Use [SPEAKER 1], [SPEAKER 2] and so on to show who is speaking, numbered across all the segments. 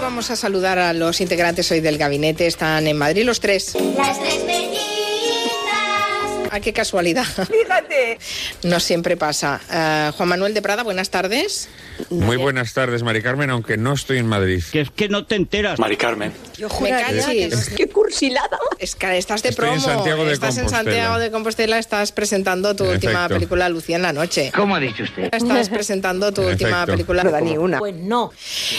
[SPEAKER 1] Vamos a saludar a los integrantes hoy del gabinete. Están en Madrid los tres.
[SPEAKER 2] Las tres mellizas.
[SPEAKER 1] Ah, qué casualidad.
[SPEAKER 3] Fíjate.
[SPEAKER 1] No siempre pasa. Eh, Juan Manuel de Prada, buenas tardes.
[SPEAKER 4] Muy buenas tardes, Mari Carmen, aunque no estoy en Madrid.
[SPEAKER 5] Que es que no te enteras.
[SPEAKER 6] Mari Carmen.
[SPEAKER 3] Yo
[SPEAKER 1] Me
[SPEAKER 3] juraría que
[SPEAKER 1] cachis.
[SPEAKER 3] no- ¡Qué cursilada!
[SPEAKER 1] Es que estás de
[SPEAKER 4] Estoy en
[SPEAKER 1] promo.
[SPEAKER 4] Santiago de
[SPEAKER 1] estás en
[SPEAKER 4] Compostela.
[SPEAKER 1] Santiago de Compostela, estás presentando tu
[SPEAKER 4] En
[SPEAKER 1] última
[SPEAKER 4] efecto.
[SPEAKER 1] película, Lucía en la noche.
[SPEAKER 5] ¿Cómo ha dicho usted?
[SPEAKER 1] Estás presentando tu
[SPEAKER 4] En
[SPEAKER 1] última
[SPEAKER 4] efecto.
[SPEAKER 1] película.
[SPEAKER 3] No da ni una.
[SPEAKER 7] Pues no.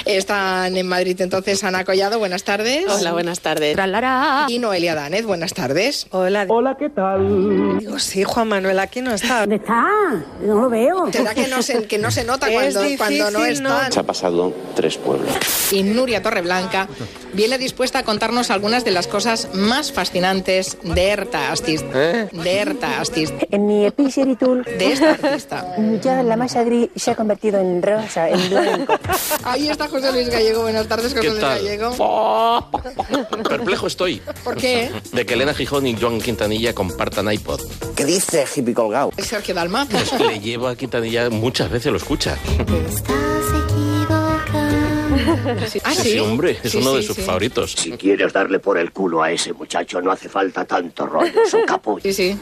[SPEAKER 1] Están en Madrid entonces Ana Collado, buenas tardes.
[SPEAKER 8] Hola, buenas tardes.
[SPEAKER 1] Y Noelia Danez, buenas tardes.
[SPEAKER 3] Hola. Hola, ¿qué tal? Digo,
[SPEAKER 1] Pues
[SPEAKER 3] sí, Juan Manuel, aquí no está.
[SPEAKER 7] ¿Dónde está? No lo veo.
[SPEAKER 1] Será que no se, que no se nota
[SPEAKER 3] Es
[SPEAKER 1] cuando,
[SPEAKER 3] difícil,
[SPEAKER 1] cuando no
[SPEAKER 3] ¿no?
[SPEAKER 1] están.
[SPEAKER 6] Se ha pasado tres pueblos.
[SPEAKER 1] Y Nuria Torreblanca viene dispuesta a contarnos algunas de las cosas más fascinantes de Erta Astis. De Erta Astis.
[SPEAKER 7] En mi epiceritul,
[SPEAKER 1] De esta artista.
[SPEAKER 7] ya la masa gris se ha convertido en rosa, en blanco.
[SPEAKER 1] Ahí está José Luis Gallego. Buenas tardes, José
[SPEAKER 9] ¿Qué
[SPEAKER 1] Luis
[SPEAKER 9] tal?
[SPEAKER 1] Gallego.
[SPEAKER 9] Oh, Perplejo estoy
[SPEAKER 1] ¿Por qué?
[SPEAKER 9] de que Elena Gijón y Joan Quintanilla compartan iPod.
[SPEAKER 6] ¿Qué dice, hippie colgado?
[SPEAKER 1] Sergio Dalma.
[SPEAKER 9] Le llevo a Quintanilla muchas veces, lo escucha.
[SPEAKER 2] Estás equivocando.
[SPEAKER 1] Ah, sí.
[SPEAKER 9] Sí, hombre, es
[SPEAKER 1] Sí,
[SPEAKER 9] uno de
[SPEAKER 1] sí,
[SPEAKER 9] sus
[SPEAKER 1] sí.
[SPEAKER 9] favoritos.
[SPEAKER 6] Si quieres darle por el culo a ese muchacho, no hace falta tanto rollo, su capullo.
[SPEAKER 1] Sí, sí.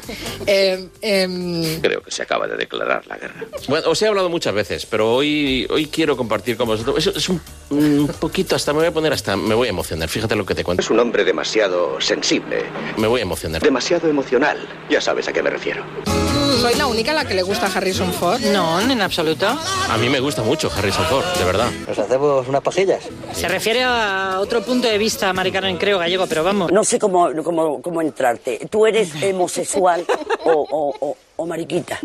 [SPEAKER 1] Eh, em,
[SPEAKER 9] Creo que se acaba de declarar la guerra. Bueno, os he hablado muchas veces, pero hoy, hoy quiero compartir con vosotros. Es, es un, un poquito, hasta me voy a poner hasta. Me voy a emocionar. Fíjate lo que te cuento.
[SPEAKER 6] Es un hombre demasiado sensible,
[SPEAKER 9] Me voy a emocionar.
[SPEAKER 6] demasiado emocional. Ya sabes a qué me refiero.
[SPEAKER 1] ¿Soy la única a la que le gusta Harrison Ford?
[SPEAKER 8] No, en absoluto.
[SPEAKER 9] A mí me gusta mucho Harrison Ford, de verdad.
[SPEAKER 6] ¿Nos hacemos unas pasillas?
[SPEAKER 8] Se refiere a otro punto de vista, Mari Carmen, creo, gallego, pero vamos.
[SPEAKER 10] No sé cómo, cómo, cómo entrarte. ¿Tú eres homosexual o, o, o, o mariquita?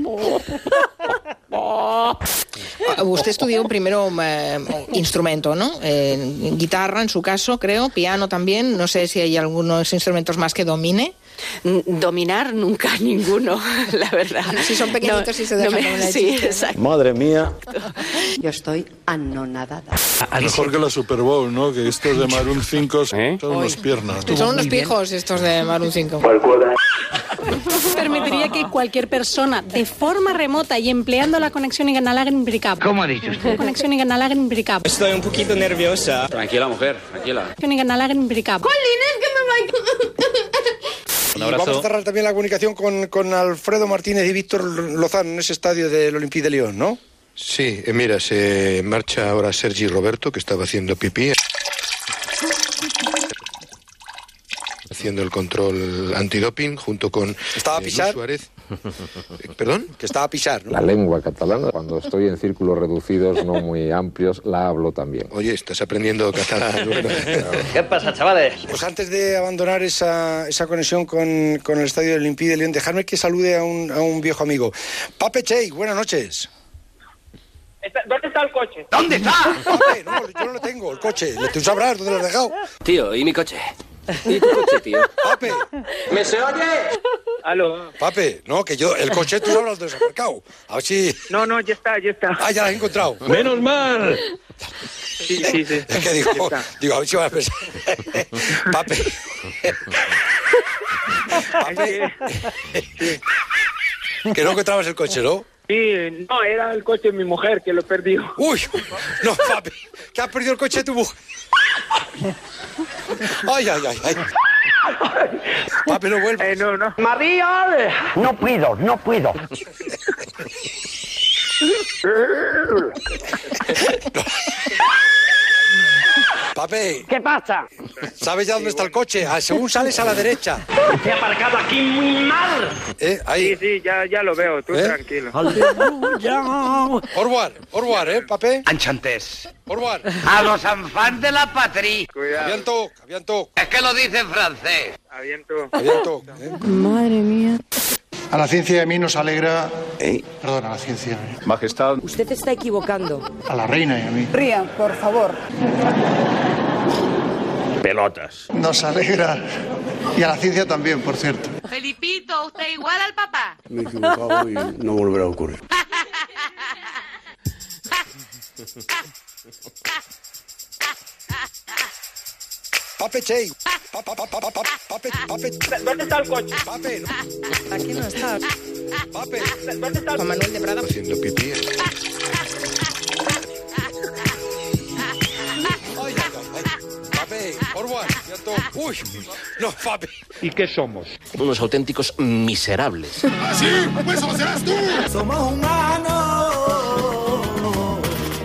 [SPEAKER 1] Ah, Usted estudió primero eh, instrumento, ¿no? Eh, guitarra, en su caso, creo, piano también. No sé si hay algunos instrumentos más que domine.
[SPEAKER 8] N- Mm, Dominar nunca ninguno, la verdad.
[SPEAKER 1] Si son pequeñitos y se dejan como una
[SPEAKER 8] Sí,
[SPEAKER 1] chica, ¿no?
[SPEAKER 8] exacto.
[SPEAKER 6] Madre mía.
[SPEAKER 3] Yo estoy anonadada.
[SPEAKER 11] Mejor que la Super Bowl, ¿no? Que estos de Maroon 5 son unos piernas.
[SPEAKER 1] Son unos pijos estos de Maroon 5.
[SPEAKER 7] Permitiría que cualquier persona, de forma remota y empleando la conexión en canal Brick
[SPEAKER 5] ¿Cómo ha dicho usted?
[SPEAKER 7] Conexión en canal Brick
[SPEAKER 6] Estoy un poquito nerviosa.
[SPEAKER 9] Tranquila, mujer, tranquila.
[SPEAKER 7] Conexión en canal
[SPEAKER 9] Un
[SPEAKER 11] Vamos a
[SPEAKER 9] abrazo.
[SPEAKER 11] cerrar también la comunicación con, con Alfredo Martínez y Víctor Lozano en ese estadio del Olympique de Lyon, ¿no? Sí, eh, mira, se marcha ahora Sergi Roberto, que estaba haciendo pipí. Haciendo el control antidoping junto con
[SPEAKER 10] Estaba a
[SPEAKER 11] eh, Luis
[SPEAKER 10] pisar.
[SPEAKER 11] Suárez. Eh, ¿Perdón?
[SPEAKER 10] Que estaba a pisar, ¿no?
[SPEAKER 6] La lengua catalana, cuando estoy en círculos reducidos, no muy amplios, la hablo también.
[SPEAKER 11] Oye, estás aprendiendo catalán. bueno.
[SPEAKER 5] ¿Qué pasa, chavales?
[SPEAKER 11] Pues antes de abandonar esa, esa conexión con, con el estadio del Olympique de Lyon, dejarme que salude a un, a un viejo amigo. Pape Chey, buenas noches.
[SPEAKER 3] ¿Dónde está el coche?
[SPEAKER 11] ¿Dónde está? Pape, no, yo no lo tengo, el coche. Tú sabrás dónde lo has dejado.
[SPEAKER 6] Tío, ¿y mi coche? ¿Y tu coche, tío?
[SPEAKER 11] Pape,
[SPEAKER 6] ¿Me se oye?
[SPEAKER 3] Aló.
[SPEAKER 11] Pape, no, que yo, el coche tú no lo has desaparcado. A ver si...
[SPEAKER 3] No, no, ya está, ya está.
[SPEAKER 11] Ah, ya lo has encontrado.
[SPEAKER 5] ¡Menos mal!
[SPEAKER 3] Sí, sí, sí.
[SPEAKER 11] Es que digo, digo, a ver si vas a pensar. Pape. Pape. Que no encontrabas el coche, ¿no?
[SPEAKER 3] Sí, no, era el coche de mi mujer que lo perdió.
[SPEAKER 11] Uy, no, papi, que has perdido el coche de tu mujer. Ay, ay, ay, ay. Papi, no vuelvas.
[SPEAKER 3] Eh, no, no.
[SPEAKER 10] No puedo, no puedo.
[SPEAKER 11] Papi,
[SPEAKER 10] ¿Qué pasa?
[SPEAKER 11] ¿sabes ya dónde está el coche? Ah, según sales a la derecha.
[SPEAKER 5] ¡Te ha aparcado aquí muy mal!
[SPEAKER 11] ¿Eh?
[SPEAKER 3] Sí,
[SPEAKER 11] Ahí.
[SPEAKER 3] sí, ya, ya lo veo, tú
[SPEAKER 11] ¿Eh?
[SPEAKER 3] tranquilo.
[SPEAKER 11] Orwar, Orwar, ¿eh, papi?
[SPEAKER 5] Anchantes,
[SPEAKER 11] Orwar.
[SPEAKER 5] a los anfans de la patria.
[SPEAKER 3] Cuidado,
[SPEAKER 11] Aviento, aviento,
[SPEAKER 5] Es que lo dice en francés.
[SPEAKER 3] aviento.
[SPEAKER 11] aviento. ¿eh?
[SPEAKER 7] Madre mía.
[SPEAKER 11] A la ciencia de mí nos alegra. Perdón, a la ciencia.
[SPEAKER 6] Majestad.
[SPEAKER 7] Usted está equivocando.
[SPEAKER 11] A la reina y a mí.
[SPEAKER 7] Rían, por favor.
[SPEAKER 9] Pelotas.
[SPEAKER 11] Nos alegra. Y a la ciencia también, por cierto.
[SPEAKER 8] Felipito, usted igual al papá.
[SPEAKER 6] Me he equivocado y no volverá a ocurrir.
[SPEAKER 11] Pape Chey. Pa- pa- pa- pa- pa- pa- Pape, pape,
[SPEAKER 3] ¿Dónde está el coche?
[SPEAKER 11] pape, no,
[SPEAKER 3] Aquí no está.
[SPEAKER 11] pape.
[SPEAKER 3] ¿Dónde está el
[SPEAKER 1] Juan Manuel de Prada.
[SPEAKER 11] Haciendo pipí. Ay, ay, ay, ay. Orwell, ya todo. Uy, no, papi.
[SPEAKER 9] ¿Y qué somos? Unos auténticos miserables.
[SPEAKER 11] ¡Así! ¡Pues eso serás tú! Somos un